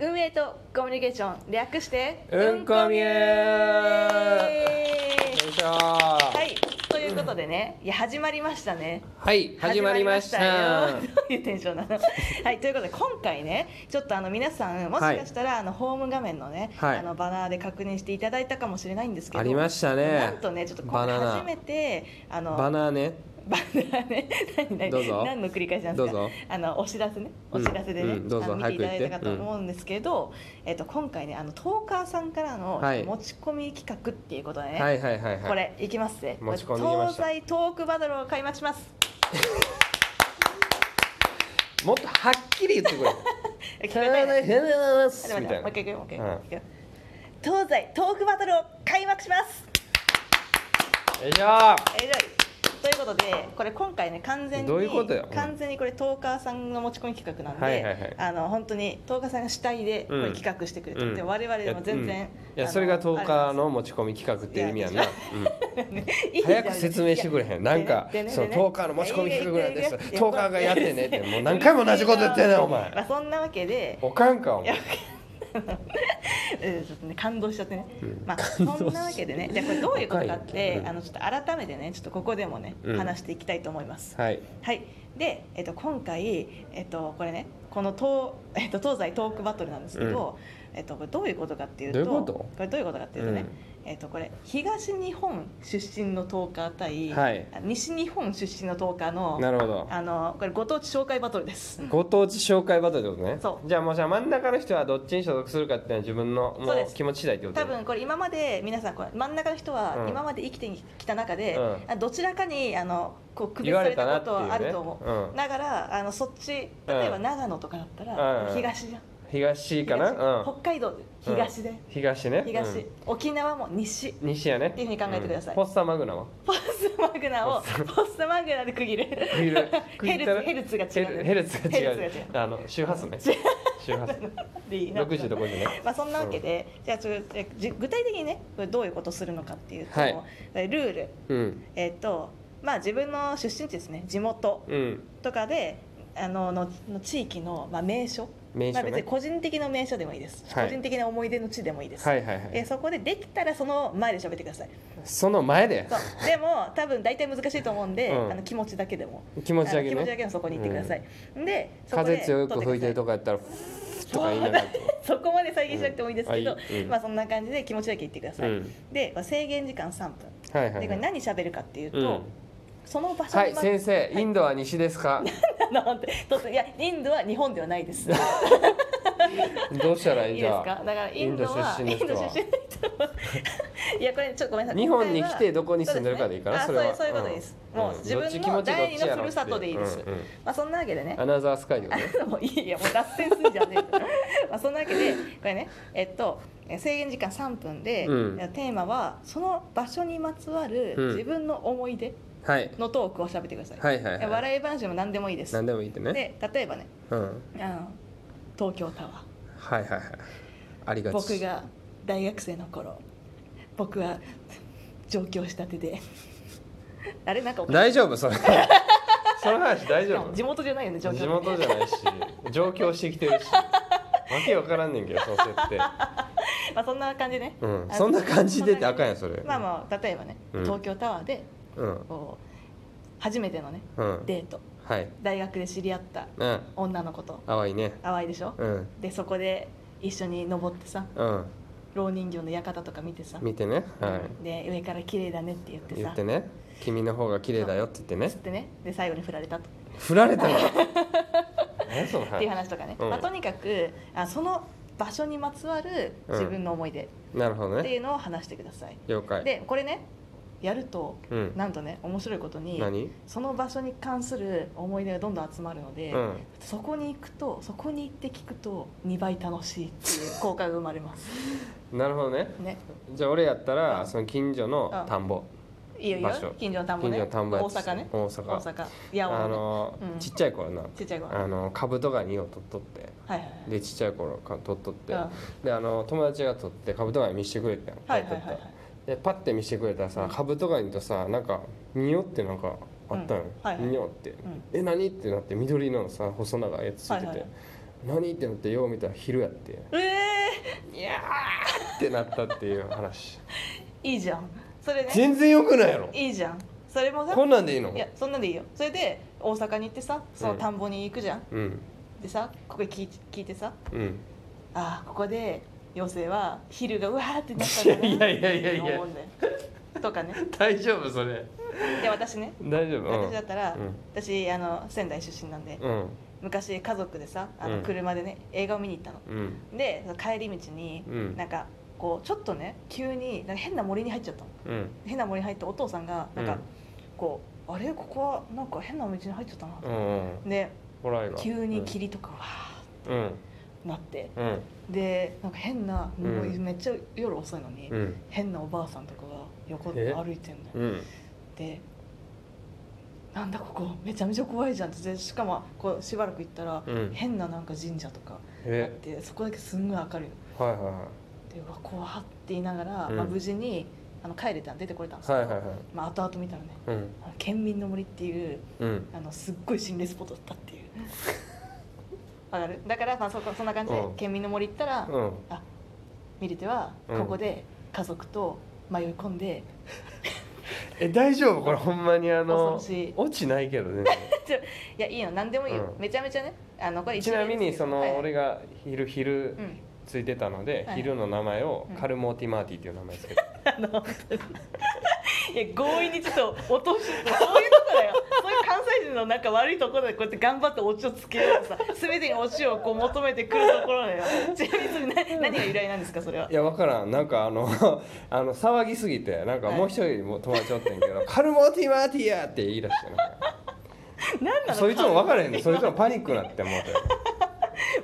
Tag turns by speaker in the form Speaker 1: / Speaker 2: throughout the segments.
Speaker 1: 運営とコミュニケーション略して
Speaker 2: うんこみゅーよいしょ
Speaker 1: は
Speaker 2: はい、
Speaker 1: いということでね、いや始まりましたね
Speaker 2: 始まりました
Speaker 1: 始まりましたよ どういうテンションなのはいということで今回ねちょっとあの皆さんもしかしたら、あのホーム画面のね、
Speaker 2: はい
Speaker 1: あのバナーで確認していただいたかもしれないんですけど
Speaker 2: ありましたね
Speaker 1: なんとねちょっと今回
Speaker 2: バナナ
Speaker 1: 初めてあの
Speaker 2: バナーね
Speaker 1: バナーね何何
Speaker 2: どうぞ
Speaker 1: 何の繰り返しなんですか
Speaker 2: どうぞ
Speaker 1: あのお知らせね
Speaker 2: う
Speaker 1: お
Speaker 2: ん
Speaker 1: 知らせでね、
Speaker 2: うんどうぞ
Speaker 1: あの見ていただいたかと
Speaker 2: 早く言って
Speaker 1: 思うんですけど、えっと、今回ねあのトーカーさんからの
Speaker 2: はい
Speaker 1: 持ち込み企画っていうことでね、
Speaker 2: はいはいはいはい
Speaker 1: これいきますね
Speaker 2: 持ち込んできました
Speaker 1: 東西トークバトルを開幕します
Speaker 2: もっとはっきり言ってくれ
Speaker 1: え聞こ
Speaker 2: さ
Speaker 1: えた
Speaker 2: よないら
Speaker 1: ね
Speaker 2: へんな
Speaker 1: 待って
Speaker 2: み
Speaker 1: 待
Speaker 2: た
Speaker 1: ってもう一回
Speaker 2: いな
Speaker 1: いくよもう一回いくよ
Speaker 2: うん
Speaker 1: いくよ東西トークバトルを開幕します
Speaker 2: よいし
Speaker 1: え
Speaker 2: ょ
Speaker 1: らいということでこれ今回ね完全に
Speaker 2: どういうことよ
Speaker 1: 完全にこれトーカーさんの持ち込み企画なんで、
Speaker 2: はいはいはい
Speaker 1: あの本当にトーカーさんが主体でこ
Speaker 2: う
Speaker 1: れ
Speaker 2: ん
Speaker 1: 企画してくれた、
Speaker 2: うん
Speaker 1: で我々も全然、
Speaker 2: いや,、うんい
Speaker 1: あ
Speaker 2: や
Speaker 1: の
Speaker 2: それがトーカー
Speaker 1: あ
Speaker 2: の持ち込み企画っていう意味やんな、
Speaker 1: いや
Speaker 2: うん
Speaker 1: れなんです いいじゃ
Speaker 2: 早く説明してくれへんなんか、
Speaker 1: でねでね
Speaker 2: その
Speaker 1: でね
Speaker 2: トーカーの持ち込み企画なんで
Speaker 1: いやいやいやい
Speaker 2: す
Speaker 1: や
Speaker 2: トーカーがやってねってもう何回も同じこと言ってんねんお
Speaker 1: ま
Speaker 2: 前
Speaker 1: あそんなわけで
Speaker 2: おかんかお前
Speaker 1: えーちょっとね感動しちゃってね、
Speaker 2: うん
Speaker 1: まあそ
Speaker 2: 感動し
Speaker 1: んなわけでねじゃあこれどういうことかっ
Speaker 2: 若いよ
Speaker 1: て
Speaker 2: うん
Speaker 1: あのちょっと改めてねちょっとここでもね、
Speaker 2: うん
Speaker 1: 話していきたいと思います
Speaker 2: はい
Speaker 1: はいで、えっと、今回、えっと、これねこの東,、えっと、 東西トークバトルなんですけど、えっと、これどういうことかっていうと
Speaker 2: どういうこと
Speaker 1: れどういうことかっていうとね、えっと、これ東日本出身のトーカー対、
Speaker 2: はい
Speaker 1: あ西日本出身のトーカーの
Speaker 2: なるほど
Speaker 1: あのこれご当地紹介バトルです。
Speaker 2: ご当地紹介バトルってことね
Speaker 1: そう
Speaker 2: じゃあもうじゃあ真ん中の人はどっちに所属するかっていうのは自分のも
Speaker 1: そうです
Speaker 2: う気持ち次第ってこと
Speaker 1: 多
Speaker 2: ね
Speaker 1: 分これ今まで皆さんこれ真ん中の人
Speaker 2: う
Speaker 1: は
Speaker 2: ん
Speaker 1: 今まで生きてきた中で、
Speaker 2: うん
Speaker 1: あどちらかにあのこう区別
Speaker 2: 言わ
Speaker 1: さ
Speaker 2: れ
Speaker 1: れ
Speaker 2: たな
Speaker 1: た
Speaker 2: っ
Speaker 1: こと
Speaker 2: ていうね
Speaker 1: はあると思う
Speaker 2: うん
Speaker 1: だからあのそっち例えば長野とかだった
Speaker 2: うん
Speaker 1: ら
Speaker 2: うん
Speaker 1: 東じゃん
Speaker 2: 東かな
Speaker 1: 東
Speaker 2: うん
Speaker 1: 北海道東で、
Speaker 2: 東ね
Speaker 1: 東、
Speaker 2: うん
Speaker 1: 沖縄も西
Speaker 2: 西やねって
Speaker 1: いうふうに考えてください
Speaker 2: ポッサマグナは
Speaker 1: ポッスマグナをポッスマグナで区切る
Speaker 2: ヘル
Speaker 1: ヘルツヘルツが違うんだよ
Speaker 2: ヘルツが違う
Speaker 1: ヘルツが違う
Speaker 2: あの周波数 ね周波数
Speaker 1: でいいな
Speaker 2: 六時と五時ね
Speaker 1: まあそんなわけで、じゃあちょえじ具体的にねこれどういうことするのかっていうと、
Speaker 2: はい
Speaker 1: ルール
Speaker 2: うん
Speaker 1: えっ、とまあ自分の出身地ですね地元
Speaker 2: うん
Speaker 1: とかであののの地域の、まあ、名所
Speaker 2: 名
Speaker 1: ま
Speaker 2: 所
Speaker 1: あ、別に
Speaker 2: ね
Speaker 1: 個人的な名所でもいいです、
Speaker 2: はい
Speaker 1: 個人的な思い出の地でもいいです、
Speaker 2: はいはいは
Speaker 1: え
Speaker 2: い
Speaker 1: そこでできたらその前で喋ってください
Speaker 2: その前で
Speaker 1: そうでも多分大体難しいと思うんで、
Speaker 2: うん
Speaker 1: あの気持ちだけでも
Speaker 2: 気持ちだ
Speaker 1: あの
Speaker 2: け
Speaker 1: 気持ち
Speaker 2: ね
Speaker 1: だけでもそこに行ってください、でそこで
Speaker 2: 風強く吹いてる
Speaker 1: 撮っ
Speaker 2: とかやったらフーとか言いながら
Speaker 1: くださいそこまで 再現しなくてもいいですけど、
Speaker 2: うんあいいうん
Speaker 1: まあ、そんな感じで気持ちだけ言ってください、
Speaker 2: うん
Speaker 1: で、まあ、制限時間3分
Speaker 2: はいは
Speaker 1: で
Speaker 2: い
Speaker 1: これ
Speaker 2: はい
Speaker 1: 何喋るかっていうと、
Speaker 2: うん
Speaker 1: その場所
Speaker 2: はい
Speaker 1: にま
Speaker 2: 先生インドは西ですか
Speaker 1: なんてちょっ といやインドは日本ではないですい いで
Speaker 2: どうしたらいい
Speaker 1: す
Speaker 2: じゃ
Speaker 1: か
Speaker 2: あ
Speaker 1: だからインドは
Speaker 2: インド出身の人は
Speaker 1: インド出身の人はい やこれちょっとごめんなさい
Speaker 2: 日本に
Speaker 1: 今回
Speaker 2: 来
Speaker 1: は
Speaker 2: てどこに住んでるかでいいかな
Speaker 1: そ
Speaker 2: そうれ
Speaker 1: ですね
Speaker 2: は
Speaker 1: あそういうことです、
Speaker 2: うん
Speaker 1: もう
Speaker 2: うん
Speaker 1: 自
Speaker 2: どっち
Speaker 1: 分
Speaker 2: 気持
Speaker 1: の
Speaker 2: ちどっちやろ
Speaker 1: 第二のふるさとでいいです、
Speaker 2: うんうん
Speaker 1: まあそんなわけでね
Speaker 2: アナザースカイよね
Speaker 1: あ もういいやもう脱線すんじゃねえよ まあそんなわけでこれねえっとえ制限時間3分で、
Speaker 2: うん
Speaker 1: テーマはその場所にまつわる
Speaker 2: うん
Speaker 1: 自分の思い出
Speaker 2: はい
Speaker 1: のトークを喋ってください、
Speaker 2: はいはい
Speaker 1: で
Speaker 2: はい
Speaker 1: 笑い話でも何でもいいです
Speaker 2: 何でもいいってね
Speaker 1: で例えばね
Speaker 2: うん
Speaker 1: あの東京タワ
Speaker 2: はいはいはいあり
Speaker 1: ー
Speaker 2: がち
Speaker 1: 僕が大学生の頃僕は上京したてで あれなんかおかしい
Speaker 2: 大丈夫それ その話大
Speaker 1: し
Speaker 2: 丈
Speaker 1: かも
Speaker 2: 夫
Speaker 1: 地元じゃないよね上京
Speaker 2: 地元じゃないし上京してき てるしわけわからんねんけどそう設定
Speaker 1: まあそんな感じね、
Speaker 2: うん
Speaker 1: あ
Speaker 2: そんな感じでって
Speaker 1: そ
Speaker 2: あかんやん
Speaker 1: 感じ
Speaker 2: それ
Speaker 1: まあまあ例えばね、
Speaker 2: うん
Speaker 1: 東京タワーで
Speaker 2: うん
Speaker 1: こう初めてのね
Speaker 2: うん
Speaker 1: デート
Speaker 2: はい
Speaker 1: 大学で知り合った
Speaker 2: うん
Speaker 1: 女の子と
Speaker 2: 淡いね
Speaker 1: 淡いでしょ、
Speaker 2: うん
Speaker 1: でそこで一緒に登ってさ
Speaker 2: うん
Speaker 1: 老人形の館とか見てさ、
Speaker 2: 見てねは
Speaker 1: で上から綺麗だねって言って
Speaker 2: い
Speaker 1: さ
Speaker 2: 言ってね君の方が綺麗だよって言ってね
Speaker 1: つってねで最後に振られたと
Speaker 2: 振ら れたの何その
Speaker 1: っていう
Speaker 2: 話
Speaker 1: 話とかね、
Speaker 2: うん
Speaker 1: まあ、とにかくあその場所にまつわる自分の思い出
Speaker 2: なるほど
Speaker 1: って
Speaker 2: ね
Speaker 1: いうのを話してください、
Speaker 2: 了解
Speaker 1: でこれねやると、
Speaker 2: うん
Speaker 1: なんとね面白いことに
Speaker 2: 何
Speaker 1: その場所に関する思い出がどんどん集まるので、
Speaker 2: うん
Speaker 1: そこに行くとそこに行って聞くと2倍楽しいっていう効果が生まれ ます
Speaker 2: なるほどね
Speaker 1: ね
Speaker 2: じゃあ俺やったらその近所の田んぼ
Speaker 1: いいよいいよ
Speaker 2: 場所
Speaker 1: 近所の田んぼ
Speaker 2: 近
Speaker 1: ね
Speaker 2: 所の田んぼや
Speaker 1: 大
Speaker 2: つ
Speaker 1: 阪ね
Speaker 2: 大阪
Speaker 1: 大阪八
Speaker 2: あ
Speaker 1: 尾のね
Speaker 2: のー
Speaker 1: うん
Speaker 2: ちっちゃい頃な
Speaker 1: ちっちゃい頃はい
Speaker 2: あの株とかにを取っとって
Speaker 1: はいはい
Speaker 2: でちっちゃい頃か取っとって、
Speaker 1: うん
Speaker 2: であの友達が取って株とかに見してくれてん
Speaker 1: はいはいはいはい
Speaker 2: でパッて見してくれたらさ株とかにとさなんか匂ってなんかあったのよ、
Speaker 1: うんはいはい
Speaker 2: 匂って、
Speaker 1: ん
Speaker 2: え何ってなって緑のさ細長いやつついてて、
Speaker 1: はいはい
Speaker 2: 何ってなってよう見たら昼 やって
Speaker 1: ええ
Speaker 2: いやーってなったっていう話
Speaker 1: いいじゃんそれね
Speaker 2: 全然よくないやろ
Speaker 1: いいじゃんそれもさ
Speaker 2: こんなんでいいの
Speaker 1: いやそんなんでいいよそれで大阪に行ってさその田んぼに行くじゃん、
Speaker 2: うん
Speaker 1: でさここで聞い聞いてさ
Speaker 2: うん
Speaker 1: ああここで妖精は昼がうわーってなったん
Speaker 2: い
Speaker 1: だな
Speaker 2: や
Speaker 1: い
Speaker 2: やいやいやい
Speaker 1: って
Speaker 2: や
Speaker 1: 思うんだよとかね
Speaker 2: 大丈夫それ
Speaker 1: で私ね
Speaker 2: 大丈夫うん
Speaker 1: 私だったら、
Speaker 2: うん
Speaker 1: 私あの仙台出身なんで、
Speaker 2: うん
Speaker 1: 昔家族でさあ
Speaker 2: う
Speaker 1: の
Speaker 2: ん
Speaker 1: 車でね、映画を見に行ったの
Speaker 2: うん
Speaker 1: でその帰り道に、
Speaker 2: うん
Speaker 1: なんかこうちょっとね急になんか変な森に入っちゃったの
Speaker 2: うん
Speaker 1: 変な森に入ってお父さんがなんか、
Speaker 2: うん
Speaker 1: こうあれここはなんか変な道に入っちゃったな、
Speaker 2: うん
Speaker 1: で
Speaker 2: ホラー映画
Speaker 1: 急に霧とかわーっ
Speaker 2: うん
Speaker 1: てなって
Speaker 2: うん
Speaker 1: でなんか変な、
Speaker 2: うん
Speaker 1: もうめっちゃ夜遅いのに、
Speaker 2: うん
Speaker 1: 変なおばあさんとかが横で歩いてんのよ
Speaker 2: うん
Speaker 1: でなんだここめちゃめちゃ怖いじゃんってでしかもこうしばらく行ったら、
Speaker 2: うん
Speaker 1: 変ななんか神社とかあっ
Speaker 2: え
Speaker 1: てそこだけすんごい明るいの
Speaker 2: はいはいは
Speaker 1: でうわ怖っって言いながら、
Speaker 2: うん
Speaker 1: まあ、無事にあの帰れた出てこれたんです
Speaker 2: い
Speaker 1: けど、
Speaker 2: はいはいはい
Speaker 1: まあ、後々見たらね
Speaker 2: うん
Speaker 1: あの県民の森っていう
Speaker 2: うん
Speaker 1: あのすっごい心霊スポットだった っていうわかるだから、まあ、そこそんな感じで、
Speaker 2: うん
Speaker 1: 県民の森行ったら、
Speaker 2: うん
Speaker 1: あミリテは
Speaker 2: うん
Speaker 1: ここで家族と迷い込んで、
Speaker 2: え大丈夫これほんまにあ
Speaker 1: 恐
Speaker 2: の
Speaker 1: ろしい
Speaker 2: 落ちないけ どね
Speaker 1: いやいいよ何でもいいよ、
Speaker 2: うん
Speaker 1: めちゃめちゃねあのこれ一
Speaker 2: ちなみにその俺
Speaker 1: が、
Speaker 2: が昼昼
Speaker 1: うん、
Speaker 2: ついてたので
Speaker 1: はい
Speaker 2: 昼の名前を
Speaker 1: うん
Speaker 2: カルモーティマーティっていう名前ですけど
Speaker 1: あの本当にいや強引にちょっと落としそういうとこだよそういう関西人のなんか悪いところでこうやって頑張ってオチをつけようと さ全てにオチをこう求めてくるところだよちなみにそれ何何が由来なんですかそれはい
Speaker 2: やわからんなんかあの あの騒ぎすぎてなんかもう一人も友達おってん けど「カルモーティマーティや!」って言い出してなんか
Speaker 1: 何なの
Speaker 2: そいつも分からへんねそいつもパニックになってもうて、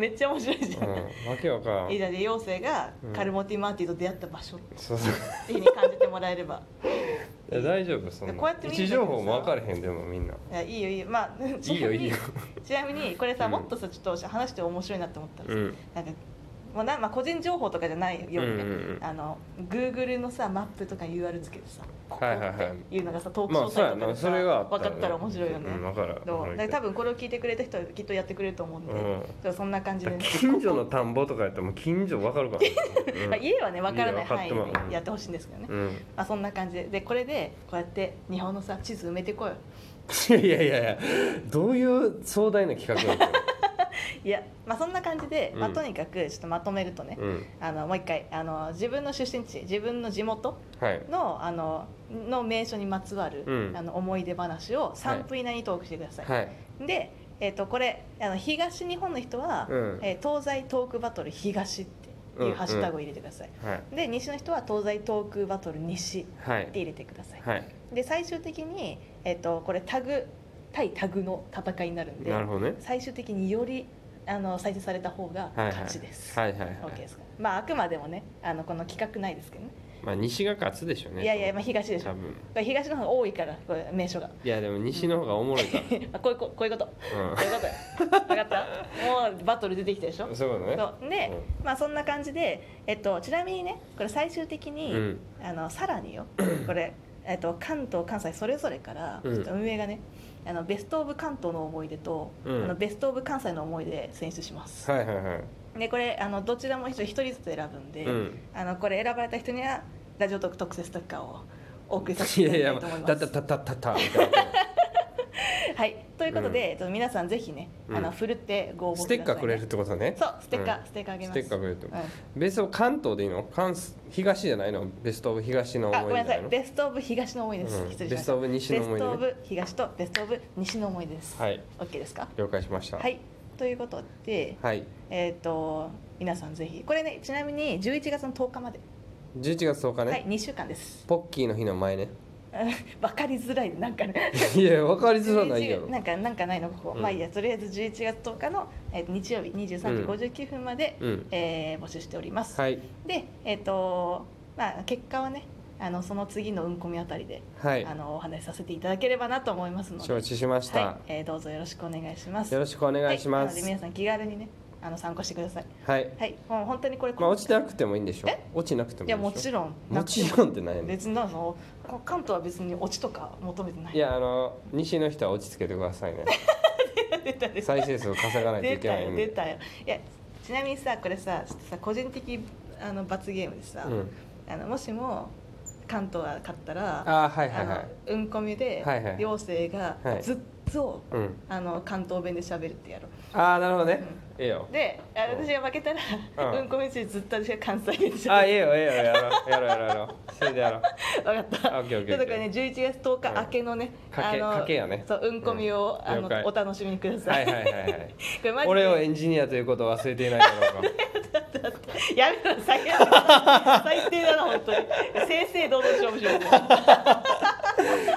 Speaker 1: めっちゃ面白いじゃ、
Speaker 2: うんん、わけわからん
Speaker 1: いいじゃんで妖精が
Speaker 2: うん
Speaker 1: カルモティ・マーティと出会った場所っ
Speaker 2: そうそう
Speaker 1: ていうふうに感じてもらえれば
Speaker 2: いや大丈夫そんな
Speaker 1: こうやって
Speaker 2: 位
Speaker 1: 見るんだ
Speaker 2: 置
Speaker 1: けどさ
Speaker 2: 情報も分からへんでもみんない
Speaker 1: やいいよいいよまあ
Speaker 2: いいよいいよ
Speaker 1: ちなみにこれさ、
Speaker 2: うん
Speaker 1: もっとさちょっと話して面白いなって思ったらさ、
Speaker 2: うん
Speaker 1: なんかもうなまあ、個人情報とかじゃないようにね、
Speaker 2: うんうんうん
Speaker 1: あの Google のさマップとかに UR つけてさここ
Speaker 2: はいはいはい
Speaker 1: っていうのがさトーク
Speaker 2: まあ
Speaker 1: 詳細
Speaker 2: そうや
Speaker 1: とか
Speaker 2: な
Speaker 1: でさ
Speaker 2: それがあ
Speaker 1: 分かったら面白いよね、
Speaker 2: うん、分かる
Speaker 1: どうだから多分これを聞いてくれた人はきっとやってくれると思うんで、
Speaker 2: うん
Speaker 1: ちょっとそんな感じでね、
Speaker 2: 近所の田んぼとかやったらもう近所分かるから、うん
Speaker 1: まあ、家はね分からない範囲
Speaker 2: 家は分かってもらう
Speaker 1: でやってほしいんですけどね、
Speaker 2: うん、
Speaker 1: まあ、そんな感じででこれでこうやって日本のさ地図埋めてこうよ
Speaker 2: いやいやいやいやどういう壮大な企画なんだ
Speaker 1: いや、まあ、そんな感じで、まあ、
Speaker 2: うん
Speaker 1: とにかくちょっとまとめるとね、
Speaker 2: ろう、うん、
Speaker 1: あのもう一回あの自分の出身地自分の地元
Speaker 2: はい
Speaker 1: のあのの名所にまつわる、
Speaker 2: うん
Speaker 1: あの思い出話を3分以内にトークしてください、
Speaker 2: はい
Speaker 1: で、えー、とこれあの東日本の人は、
Speaker 2: うん
Speaker 1: えー東西トークバトル東っていうハッシュタグを入れてください、
Speaker 2: はい
Speaker 1: で西の人は東西トークバトル西って
Speaker 2: はい
Speaker 1: 入れてください、
Speaker 2: はい
Speaker 1: で最終的に、えー、とこれタグ対タグの戦いになるんで
Speaker 2: なるほどね
Speaker 1: 最終的によりあの再生された方が
Speaker 2: はいはい
Speaker 1: 勝ちです、
Speaker 2: はいはいはい
Speaker 1: OK ですか、まあ、あくまでもねあのこの企画ないですけどね
Speaker 2: まあ西が勝つでしょうね
Speaker 1: いやいや、まあ、東でしょ
Speaker 2: 多
Speaker 1: こ
Speaker 2: 分
Speaker 1: れ東の方が多いからこれ名 所が
Speaker 2: いやでも西の方がおもろいか
Speaker 1: まあこういうここういうことこ
Speaker 2: ら、うん
Speaker 1: ういうことよ分かったもうバトル出てきたでしょ
Speaker 2: そういうことね
Speaker 1: そうで、まあ、そんな感じで、えっと、ちなみにねこれ最終的に、
Speaker 2: うん
Speaker 1: あのさらに よこれ、えっと、関東関西それぞれから、
Speaker 2: うん
Speaker 1: ちょっと運営がねあのベスト・オブ・関東の思い出と、
Speaker 2: うん
Speaker 1: あのベスト・オブ・関西の思い出選出します、
Speaker 2: はいはいはい
Speaker 1: でこれあのどちらも一人一人ずつ選ぶんで、
Speaker 2: うん
Speaker 1: あのこれ選ばれた人にはラジオトーク特設特化をお送りさせ
Speaker 2: い
Speaker 1: ていた
Speaker 2: や
Speaker 1: だき
Speaker 2: いや
Speaker 1: たいと思いま
Speaker 2: た
Speaker 1: す。
Speaker 2: たたたたたみたいな
Speaker 1: はい、ということで、えっと皆さんぜひね、あ
Speaker 2: う
Speaker 1: の
Speaker 2: ん
Speaker 1: 振るってご応募
Speaker 2: ス
Speaker 1: くださ
Speaker 2: テ
Speaker 1: い、ね。
Speaker 2: ッカーくれるってことね
Speaker 1: そう、ステッカー、
Speaker 2: うん
Speaker 1: ステッカーあげ
Speaker 2: ス
Speaker 1: ます。
Speaker 2: テッカーくれるってこと
Speaker 1: う
Speaker 2: ベストオブ関東でいいの関東じゃないのベストオブ東の
Speaker 1: ん、あ、ご
Speaker 2: 思い
Speaker 1: め
Speaker 2: 出
Speaker 1: んなさ
Speaker 2: じゃない
Speaker 1: い、
Speaker 2: の
Speaker 1: ベストオブ東の思い出です。
Speaker 2: うん
Speaker 1: 失礼しました。
Speaker 2: ベストオブ西の
Speaker 1: ベ
Speaker 2: 思い出ね
Speaker 1: ストオブ東とベストオブ西の思い出です。
Speaker 2: はい
Speaker 1: オッケーですか。
Speaker 2: 了解しました
Speaker 1: はい、ということで、
Speaker 2: はい
Speaker 1: えっ、と皆さんぜひこれねちなみに11月の10日まで、
Speaker 2: 11月10日ね、
Speaker 1: はい2週間です。
Speaker 2: ポッキーの日の前ね
Speaker 1: わかりづらいなんかね。
Speaker 2: いや分かりづらないやろ
Speaker 1: 11なんかなんかないのここ、
Speaker 2: うん
Speaker 1: まあいいやとりあえず11月10日の、えー日曜日23時59分まで、
Speaker 2: うん
Speaker 1: えー募集しております、
Speaker 2: はい
Speaker 1: でえっ、とまあ結果はねあのその次の運込みあたりで、
Speaker 2: はい
Speaker 1: あのお話しさせていただければなと思いますので
Speaker 2: 承知しました、
Speaker 1: はいえーどうぞよろしくお願いします
Speaker 2: よろしくお願いしま
Speaker 1: はい、なの
Speaker 2: す
Speaker 1: で皆さん気軽にねあの参考してください
Speaker 2: はい
Speaker 1: はいもう本当にこれ、
Speaker 2: まあ落ちなくてもいいんでしょ
Speaker 1: え
Speaker 2: 落ちなくても
Speaker 1: いやもち
Speaker 2: ん
Speaker 1: ろん
Speaker 2: もちろんってないね
Speaker 1: 別になその関東は別にオチとか求めてない
Speaker 2: いやあの西の人は落ち着けてくださいね
Speaker 1: 出た 出た
Speaker 2: 再生数を稼がないと
Speaker 1: 出
Speaker 2: いけ
Speaker 1: た
Speaker 2: ない
Speaker 1: よ
Speaker 2: ん
Speaker 1: 出
Speaker 2: で
Speaker 1: たよいやちなみにさこれさちょっとさ個人的あの罰ゲームでさ、
Speaker 2: うん
Speaker 1: あのもしも関東が勝ったら
Speaker 2: あーはいはいはい
Speaker 1: あのうんこみで
Speaker 2: はいはい
Speaker 1: 両生が
Speaker 2: はい
Speaker 1: ずっと、
Speaker 2: うん
Speaker 1: あの関東弁で喋るってやろう
Speaker 2: ああなるほどねええよ
Speaker 1: であ
Speaker 2: うん
Speaker 1: 私が負けたら、
Speaker 2: う
Speaker 1: うんん、こみでずっと私が関西弁で
Speaker 2: あ
Speaker 1: 喋
Speaker 2: ー
Speaker 1: る
Speaker 2: ええよええよやろうやろうやろうやろうそれでやろう
Speaker 1: 分かった
Speaker 2: あオッケーオッケ
Speaker 1: ち
Speaker 2: ー
Speaker 1: ょっとこれね11月10日
Speaker 2: うん
Speaker 1: 明けのね、
Speaker 2: かけかけやね
Speaker 1: そううんこみを、
Speaker 2: うん
Speaker 1: あ
Speaker 2: 了
Speaker 1: の
Speaker 2: 解
Speaker 1: お楽しみくださ、
Speaker 2: はいいはいはいはい
Speaker 1: これマジで
Speaker 2: 俺をエンジニアということを忘れていないだろうか
Speaker 1: やめろ最悪だ最低だな本当に正々堂々勝負しよう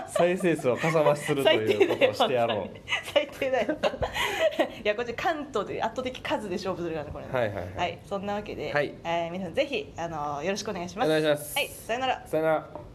Speaker 2: 再生数をかさ増しすると
Speaker 1: 最
Speaker 2: い
Speaker 1: 低だ
Speaker 2: うこと
Speaker 1: よ
Speaker 2: をしてやろ
Speaker 1: 本当に最低だよ いやこっち関東で圧倒的数で勝負するからねこれね
Speaker 2: はいはいはい
Speaker 1: そんなわけで、
Speaker 2: はい
Speaker 1: えー皆さんぜひあのよろしくお願いし
Speaker 2: う
Speaker 1: ま
Speaker 2: お
Speaker 1: す
Speaker 2: 願いします
Speaker 1: はいさよなら
Speaker 2: さよなら